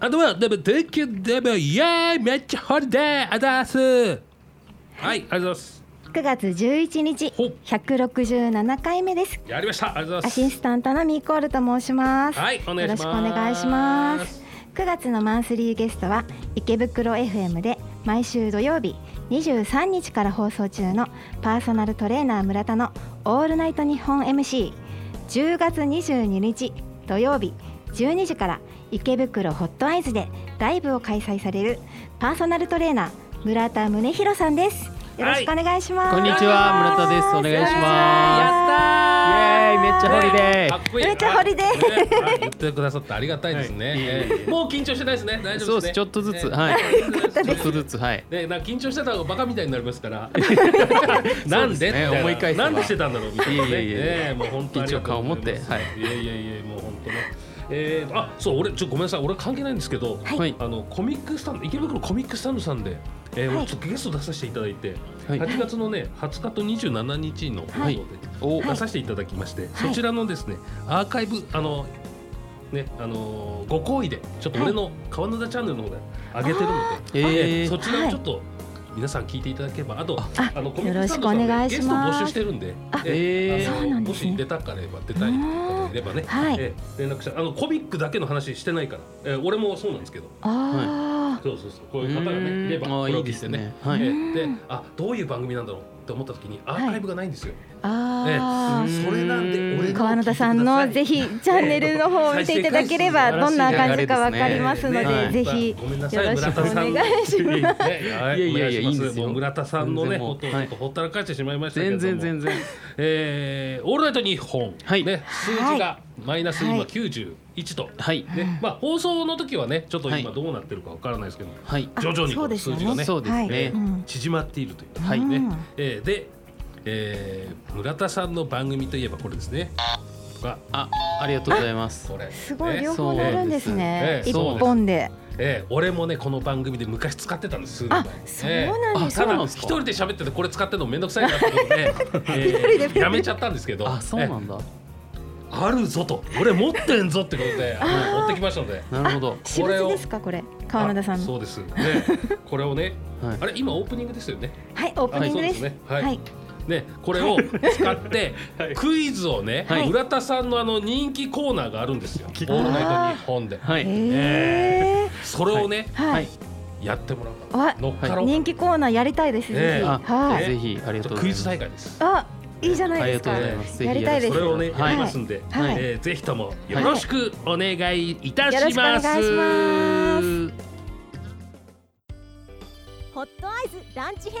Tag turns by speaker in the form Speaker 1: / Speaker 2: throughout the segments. Speaker 1: あとは、でも、できでも、イェーイめっちゃホリデーあざーすはい、ありがとうございます。
Speaker 2: 9月11日
Speaker 1: ほう
Speaker 2: 167回目です
Speaker 1: やりました、ありがとうござ
Speaker 2: ア
Speaker 1: いま
Speaker 2: シスタントのミーコールと申します。
Speaker 1: はいお願いします
Speaker 2: よろしくお願いします。9月のマンスリーゲストは池袋 FM で毎週土曜日23日から放送中のパーソナルトレーナー村田のオールナイト日本 MC。10月22日土曜日12時から池袋ホットアイズでライブを開催されるパーソナルトレーナー村田宗弘さんです。よろしくお願いします。
Speaker 3: こんにちは村田ですお願いしますイエーイめっちゃホリデ
Speaker 1: す。
Speaker 3: ー
Speaker 1: っこいい
Speaker 2: めっちゃホリデ
Speaker 1: ね
Speaker 2: ー
Speaker 1: はい言ってくださってありがたいですね。
Speaker 3: はい
Speaker 1: えーもう緊張してないですね。大丈
Speaker 3: そ
Speaker 1: 夫
Speaker 3: う
Speaker 1: です
Speaker 3: です
Speaker 1: ね。
Speaker 3: ちょっとずつ
Speaker 1: えー
Speaker 3: はい
Speaker 1: ち
Speaker 3: ち
Speaker 1: ょっ
Speaker 3: ょっ
Speaker 1: とず
Speaker 3: とずつはい
Speaker 1: つね、なんか緊張してたらバカみたいになります から。なんで、
Speaker 3: そうです
Speaker 1: み
Speaker 3: ね
Speaker 1: たいな
Speaker 3: 思い返せば
Speaker 1: なんでしてたんだろうみたいなね。
Speaker 3: いえいえいえ
Speaker 1: ねもう本当ありがとうございます
Speaker 3: 緊張感を持って
Speaker 1: いやいやいやもう本当ね。えー、あそう俺ちょっとごめんなさい俺関係ないんですけど、
Speaker 3: はい
Speaker 1: あのコミックスタンド池袋コミックスタンドさんで、えー
Speaker 2: は
Speaker 1: 俺
Speaker 2: い
Speaker 1: ちょっとゲスト出させていただいて、
Speaker 3: はい
Speaker 1: 8月のね20日と27日の放送で
Speaker 3: お
Speaker 1: 出させていただきまして、
Speaker 2: はい
Speaker 1: そちらのですねアーカイブあのねあのーご好意でちょっと俺の川野田チャンネルの方で上げてるので、
Speaker 3: あー
Speaker 1: えー
Speaker 3: えー
Speaker 1: そちらをちょっと皆さん聞いていただければあとあのコミックスタンド
Speaker 2: よろしくお
Speaker 1: さん
Speaker 2: 願
Speaker 1: で
Speaker 2: い
Speaker 1: ゲ
Speaker 2: し
Speaker 1: スト募
Speaker 2: ます
Speaker 1: 集してるんで、
Speaker 3: えー
Speaker 1: あの
Speaker 2: そうなんですね
Speaker 1: もし出たかれば出たい方がいればね、
Speaker 2: はい
Speaker 1: えー連絡したあのコミックだけの話してないから、えー俺もそうなんですけど
Speaker 2: あ
Speaker 1: そうそうそうこういう方がねいれば
Speaker 3: う
Speaker 1: こ
Speaker 3: ーんあー
Speaker 1: れを
Speaker 3: い
Speaker 1: 聞
Speaker 3: いで
Speaker 1: いて
Speaker 3: す
Speaker 1: ね
Speaker 3: ねはい
Speaker 1: えーであどういう番組なんだろうって思った時にアーカイブがないんですよ、
Speaker 2: ーあ
Speaker 1: え
Speaker 2: ー。
Speaker 1: えそれなんで俺の
Speaker 2: 川野田さんのぜひチャンネルの方を見ていただければどんな感じかわかりますの
Speaker 3: は
Speaker 2: でぜ
Speaker 3: い
Speaker 2: ひよ
Speaker 1: ごめん
Speaker 2: ろ
Speaker 1: な
Speaker 2: し
Speaker 1: さい村田
Speaker 2: くお
Speaker 1: さん
Speaker 2: 願いします。
Speaker 1: はい
Speaker 3: いやいやいや
Speaker 1: お願します
Speaker 3: いいんですよ
Speaker 1: もう村田さんのね
Speaker 3: 全然もう
Speaker 1: ことをちょっとほったらかしてしまいましたけれど
Speaker 3: 全
Speaker 1: も
Speaker 3: 然全然
Speaker 1: えーオールナイト日本
Speaker 3: はい
Speaker 1: ね数字がマイナス
Speaker 2: は
Speaker 1: 今
Speaker 2: い
Speaker 1: 91と
Speaker 3: はい
Speaker 1: ねまあ放送の時はねちょっと
Speaker 3: はい
Speaker 1: 今どうなってるかわからないですけど
Speaker 3: はい
Speaker 1: 徐々にこ
Speaker 2: そう
Speaker 1: の
Speaker 2: です
Speaker 1: 数
Speaker 2: よ
Speaker 1: 字がね
Speaker 2: ね。
Speaker 3: そうですね
Speaker 2: はいうん
Speaker 1: 縮まっているという
Speaker 3: はい
Speaker 2: うん
Speaker 1: ね、えーで、えー村田さんの番組といえばこれですねとか
Speaker 3: あありがとうございます
Speaker 1: これ
Speaker 2: すごい
Speaker 1: ね
Speaker 2: 両方なるんですね。
Speaker 1: ええ
Speaker 2: 一
Speaker 3: そうです
Speaker 2: 本で。
Speaker 1: ええ、俺もねこの番組で昔使ってたんです数年
Speaker 2: あ
Speaker 1: 前、
Speaker 2: そう
Speaker 1: ええ
Speaker 2: なんです
Speaker 1: た
Speaker 3: あそう
Speaker 1: だ
Speaker 3: なんで
Speaker 1: 一
Speaker 3: すか
Speaker 1: 人で喋っててこれ使ってるのめんどくさいなってこ とで、
Speaker 2: 人で
Speaker 1: ええやめちゃったんですけど
Speaker 3: あそうな
Speaker 1: え
Speaker 3: んだ
Speaker 1: えあるぞと俺持ってんぞってことであの持ってきましたので
Speaker 3: なるほど
Speaker 2: 私物ですかこれ川野田さん
Speaker 1: あ
Speaker 2: の。
Speaker 1: そうです、ね、これをね
Speaker 3: はい
Speaker 1: あれ今オープニングですよね
Speaker 2: はいオープニングで
Speaker 1: あそうです
Speaker 2: す。
Speaker 1: ねは
Speaker 2: はいい。
Speaker 1: ねこれを使 ってクイズをね、
Speaker 3: はい
Speaker 1: 村田さんのあの人気コーナーがあるんですよ「オ
Speaker 3: 聞
Speaker 1: ー
Speaker 3: いた
Speaker 1: ルナイト日本で
Speaker 3: はい
Speaker 2: ええ。
Speaker 1: それをね、
Speaker 2: は
Speaker 3: はいい。
Speaker 1: やってもらおうかな
Speaker 2: あ
Speaker 1: 乗っかろうかな
Speaker 2: 人気コーナーやりたいです。
Speaker 1: ええ
Speaker 2: ぜひ。
Speaker 3: あ
Speaker 2: は
Speaker 1: ね
Speaker 2: い。
Speaker 3: ぜひありがとうございます
Speaker 1: クイズ大会です
Speaker 2: あいいじゃないですか
Speaker 3: ありがとうございます。ぜひ
Speaker 2: やりたいで
Speaker 1: そ
Speaker 2: す。
Speaker 1: れをね、
Speaker 3: はい
Speaker 1: やりますんで、
Speaker 2: はい
Speaker 1: えーぜひともよろしくお願いいたします。
Speaker 2: はいよろしくお願いしま
Speaker 4: ホットアイズランチ編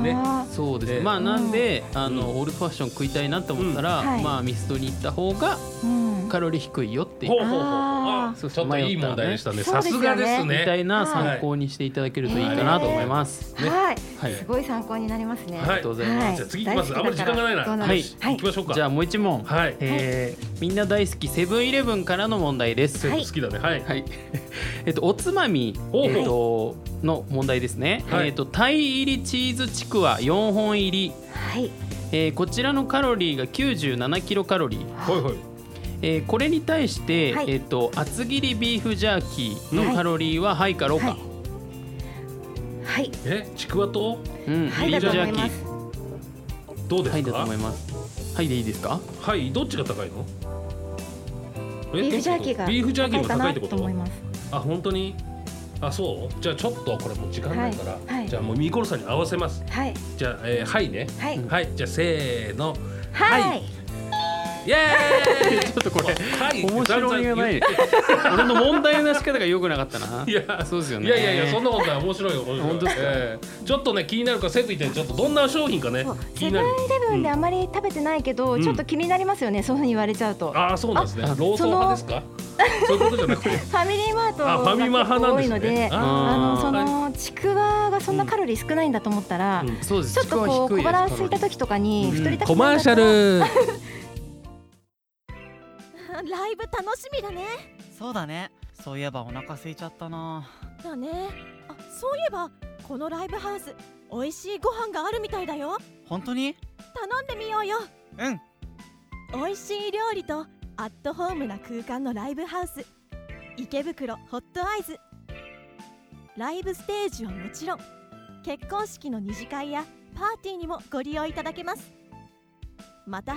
Speaker 1: ね
Speaker 2: あー
Speaker 3: そうですね、
Speaker 1: で
Speaker 3: まあなんで、あ
Speaker 1: う
Speaker 3: の
Speaker 1: ん
Speaker 3: オールドファッション食いたいなと思ったら、
Speaker 2: うんはい
Speaker 3: まあミストに行った方が
Speaker 2: うん
Speaker 3: カロリー低いよっていう
Speaker 1: ほうほうほう。
Speaker 2: あ
Speaker 1: あ
Speaker 2: ー、
Speaker 1: ちょっといい問題でしたね。さすがです
Speaker 3: みた
Speaker 1: ね。
Speaker 3: い
Speaker 2: は
Speaker 3: な
Speaker 2: い
Speaker 3: 参考にしていただけるといいかなと思います。
Speaker 1: ね
Speaker 2: はい
Speaker 3: はい、
Speaker 2: すごい参考になりますね
Speaker 1: は
Speaker 3: あり
Speaker 1: い
Speaker 3: がとうございま
Speaker 2: は
Speaker 3: す。
Speaker 2: い
Speaker 1: じゃあ、次いきます。あんまり時間がないな。
Speaker 2: どうな
Speaker 3: る
Speaker 1: はい行きましょうか。
Speaker 3: じゃあもう一問、
Speaker 1: はい。
Speaker 3: えーみんな大好きセブンイレブンからの問題です。
Speaker 1: 好きだね。はい。
Speaker 3: はい、 えっとおつまみ、
Speaker 1: ほう
Speaker 3: えっとの問題ですね。
Speaker 1: はい
Speaker 3: えっとタイ入りチーズちくわ4本入り、
Speaker 2: はい
Speaker 3: えーこちらのカロリーが97キロカロリー。
Speaker 1: はいはい。
Speaker 3: えーこれに対して、
Speaker 2: はい
Speaker 3: えっと厚切りビーフジャーキー
Speaker 2: は
Speaker 3: の
Speaker 2: い
Speaker 3: カロリーはハイかローか、
Speaker 2: はいはい
Speaker 1: え、ちくわと。
Speaker 3: うん、
Speaker 2: はい
Speaker 3: ビ
Speaker 2: だ
Speaker 3: ーフ
Speaker 2: と
Speaker 3: ジ
Speaker 2: 思
Speaker 3: ャー
Speaker 2: い
Speaker 3: キー
Speaker 2: ます
Speaker 1: どうで
Speaker 3: ハ
Speaker 1: す
Speaker 3: イだと
Speaker 1: か
Speaker 3: 思。いますハイでいいですか
Speaker 1: はい、どっちが高いの。え
Speaker 2: ビーフジャーキーが
Speaker 1: ビーフジャーキーも高い
Speaker 2: な
Speaker 1: ってことと
Speaker 2: 思い。ます
Speaker 1: あ、本当に。あそうじゃあちょっとこれもう時間ないから、
Speaker 2: はいはい
Speaker 1: じゃあもうミコルさんに合わせます
Speaker 2: はい
Speaker 1: じゃあ、えー、はいね
Speaker 2: はい
Speaker 1: はいじゃあせーの
Speaker 2: はい
Speaker 1: イエーイ
Speaker 3: ちょっとこれ
Speaker 1: はい
Speaker 3: 面白みがない俺の問題の仕方が良くなかったない
Speaker 1: や
Speaker 3: そうですよね
Speaker 1: いやいやいやそんなことない面白いよ面白い
Speaker 3: 本当ですか
Speaker 1: ええちょっとね気になるからセブン行ってちょっとどんな商品かね
Speaker 2: そう
Speaker 1: 気
Speaker 2: セ
Speaker 1: に
Speaker 2: ブ
Speaker 1: な
Speaker 2: ン
Speaker 1: る
Speaker 2: イレブンであまり食べてないけど、
Speaker 1: うん
Speaker 2: ちょっと気になりますよねそういうふうに言われちゃうと、
Speaker 1: ああそうなんですね
Speaker 3: あ
Speaker 1: ローソン派ですかそういうことじゃなくて
Speaker 2: ファミリーマート
Speaker 1: あファミマ
Speaker 2: が
Speaker 1: 派なん
Speaker 2: 多
Speaker 1: で
Speaker 2: い
Speaker 1: す
Speaker 2: ので
Speaker 1: ね
Speaker 2: あ
Speaker 3: あ
Speaker 2: のそのちくわがそんなカロリー少ないんだと思ったら、
Speaker 1: うん
Speaker 3: そうです
Speaker 2: ちょっとこう小腹空いた時とかに
Speaker 1: うん
Speaker 2: 太りたく
Speaker 1: コマ
Speaker 2: な
Speaker 1: ー
Speaker 2: い
Speaker 1: シャル
Speaker 4: あ ライブ楽しみだね
Speaker 5: そうだねそういえばお腹空いちゃったな
Speaker 4: だねあそういえばこのライブハウス美味しいご飯があるみたいだよ
Speaker 5: 本当に
Speaker 4: 頼んでみようよ
Speaker 5: うん
Speaker 4: 美味しい料理とアットホームな空間のライブハウス池袋ホットアイズライブステージはもちろん結婚式の二次会やパーティーにもご利用いただけますまた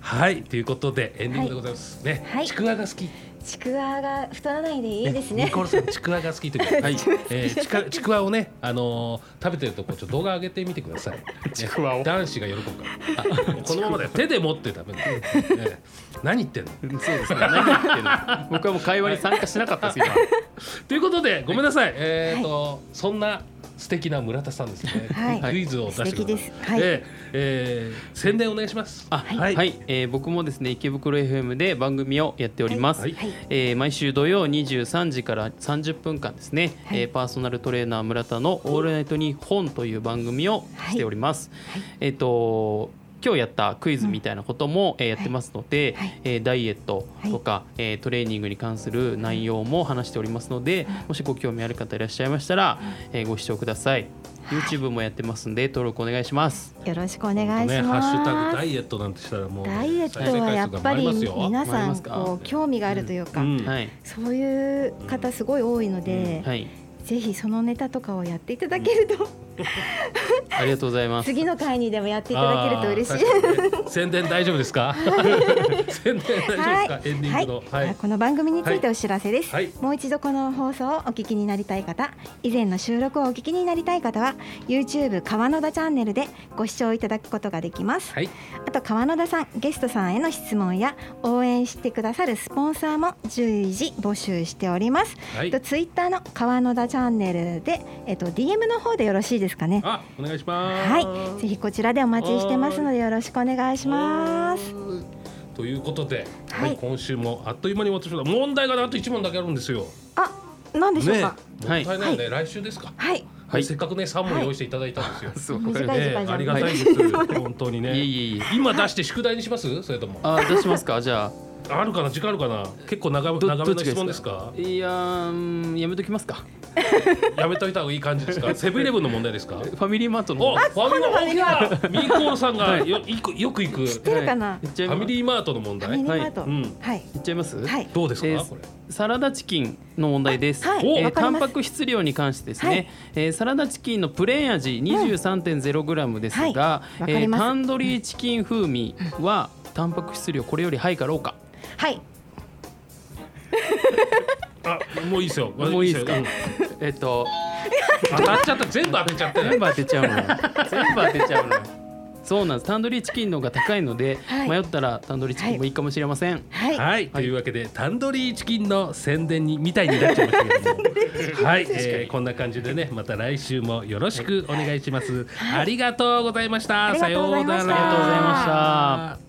Speaker 1: はいということでエンディングでございますね
Speaker 2: はい
Speaker 1: ちくわが好き
Speaker 2: ちくわが太らないでいいです
Speaker 1: ニ
Speaker 2: ね
Speaker 1: コルさんちくわが好きということではいえーちかちくわをねあのー食べてるとこちょっと動画上げてみてくださいちくわを男子が喜ぶからあこのままで手で持って食べ るね何言ってんの
Speaker 3: そうですね何言ってるの僕はもう会話に参加しなかったです今
Speaker 1: ということでごめんなさい、えーとそんな素敵な村田さんですね、
Speaker 2: はい
Speaker 1: クイズを出してくださ
Speaker 2: 素敵ですはい
Speaker 1: でえー宣伝お願いします
Speaker 3: あ
Speaker 1: は
Speaker 3: はいい、えー僕もですね池袋 FM で番組をやっております、
Speaker 1: はい
Speaker 2: はい
Speaker 3: えー毎週土曜23時から30分間ですね、
Speaker 2: はい
Speaker 3: えーパーソナルトレーナー村田の「オールナイトニッポン」という番組をしております、
Speaker 2: はいは
Speaker 3: えっ、と今日やったクイズみたいなことも、えーやってますので、
Speaker 2: はいはい
Speaker 3: えーダイエットとか、えートレーニングに関する内容も話しておりますので、もしご興味ある方いらっしゃいましたら、えーご視聴ください YouTube もやってますんで登録お願いします
Speaker 2: よろしくお願いし
Speaker 1: ね、ハッ
Speaker 2: ま
Speaker 1: シュタグダ
Speaker 2: す。
Speaker 1: イエットなんてしたらもう
Speaker 2: ダイエットはやっぱり皆さんこう興味があるというか、
Speaker 1: うん
Speaker 3: はい、
Speaker 2: そういう方すごい多いので、
Speaker 3: はい、
Speaker 2: ぜひそのネタとかをやっていただけると、
Speaker 3: ありがとうございます
Speaker 2: 次の回にでもやっていただけると嬉しい。
Speaker 1: い。宣伝大丈夫です か？宣伝大丈夫ですか？エンディングの
Speaker 2: はい、この番組についてお知らせです、
Speaker 1: はい
Speaker 2: もう一度この放送をお聞きになりたい方以前の収録をお聞きになりたい方は YouTube 川野田チャンネルでご視聴いただくことができます、
Speaker 1: はい。
Speaker 2: あと川野田さんゲストさんへの質問や応援してくださるスポンサーも随時募集しております、
Speaker 1: はい
Speaker 2: とツイッターの川野田チャンネルで、えっと、DM の方でよろしいですかね
Speaker 1: あ、お願いします。
Speaker 2: はいぜひこちらでお待ちしてますのでよろしくお願いします
Speaker 1: ということで、は、
Speaker 2: はいい
Speaker 1: 今週もあっという間に終わってしまった。問題がねあと一問だけあるんですよ。
Speaker 2: あ何でしょうか、
Speaker 1: もったいないね、来週ですか。
Speaker 2: はい
Speaker 3: はい
Speaker 1: せっかくね、三問用意していただいたんですよ。
Speaker 3: すご
Speaker 2: 短い
Speaker 3: い
Speaker 2: 時間
Speaker 1: ね
Speaker 2: じゃ
Speaker 1: あ
Speaker 2: な
Speaker 1: り
Speaker 2: い
Speaker 1: がたいです。本当にね。
Speaker 3: いえいえいえ
Speaker 1: 今出して宿題にします？それともあ
Speaker 3: あ出しますかじゃ
Speaker 1: るかな時間あるかな？結構長め
Speaker 3: ど
Speaker 1: 長め
Speaker 3: ど
Speaker 1: の
Speaker 3: っちがいい
Speaker 1: 質
Speaker 3: ですか
Speaker 1: 問ですか
Speaker 3: あ？いやーうーんやめときますか
Speaker 1: やめといた方がいい感じ ですか？セブンイレブンの問題ですか
Speaker 3: フ？ァミリーマートの
Speaker 1: お、
Speaker 3: 方
Speaker 1: ファミマ起きた。ミーコールさんがよよくよく行く
Speaker 2: 知ってるかな
Speaker 3: はい、いっちゃ
Speaker 1: フ
Speaker 3: い
Speaker 1: ァミ
Speaker 3: い
Speaker 1: リーマートの問
Speaker 2: ファミ
Speaker 1: 題
Speaker 2: リ。ーマート、
Speaker 1: うん
Speaker 2: はい
Speaker 3: っちゃいます、
Speaker 2: はい
Speaker 1: どうですか
Speaker 3: えー
Speaker 1: これ？
Speaker 3: サラダチキンの問題です、
Speaker 2: はい
Speaker 3: え
Speaker 1: わ
Speaker 3: ー、
Speaker 2: かりま
Speaker 3: タン
Speaker 2: す
Speaker 3: パク質量に関してですね、
Speaker 2: はい
Speaker 3: えーサラダチキンのプレーン味 23.0g です
Speaker 2: はいわ
Speaker 3: が、
Speaker 2: か
Speaker 3: え
Speaker 2: り
Speaker 3: ー
Speaker 2: ます
Speaker 3: タンドリーチキン風味はタンパク質量これよりハイかローか
Speaker 2: はい
Speaker 1: あ、もういいですよ。
Speaker 3: もういいですか
Speaker 1: ん
Speaker 3: えっと
Speaker 1: 当たっちゃった。全部当てちゃった
Speaker 3: 全
Speaker 1: ね。
Speaker 3: 部当てちゃうのよ 全部当てちゃうのよそうなんですタンドリーチキンの方が高いので、
Speaker 2: はい
Speaker 3: 迷ったらタンドリーチキンもいいかもしれません、
Speaker 2: はい、
Speaker 1: はい、というわけでタンドリーチキンの宣伝にみたいになっちゃいましたけど もはい、えーこんな感じでねまた来週もよろしくお願いします、ありがとうございました
Speaker 2: ありがとうござ
Speaker 1: さようなら
Speaker 2: いましたありがとうございま
Speaker 3: した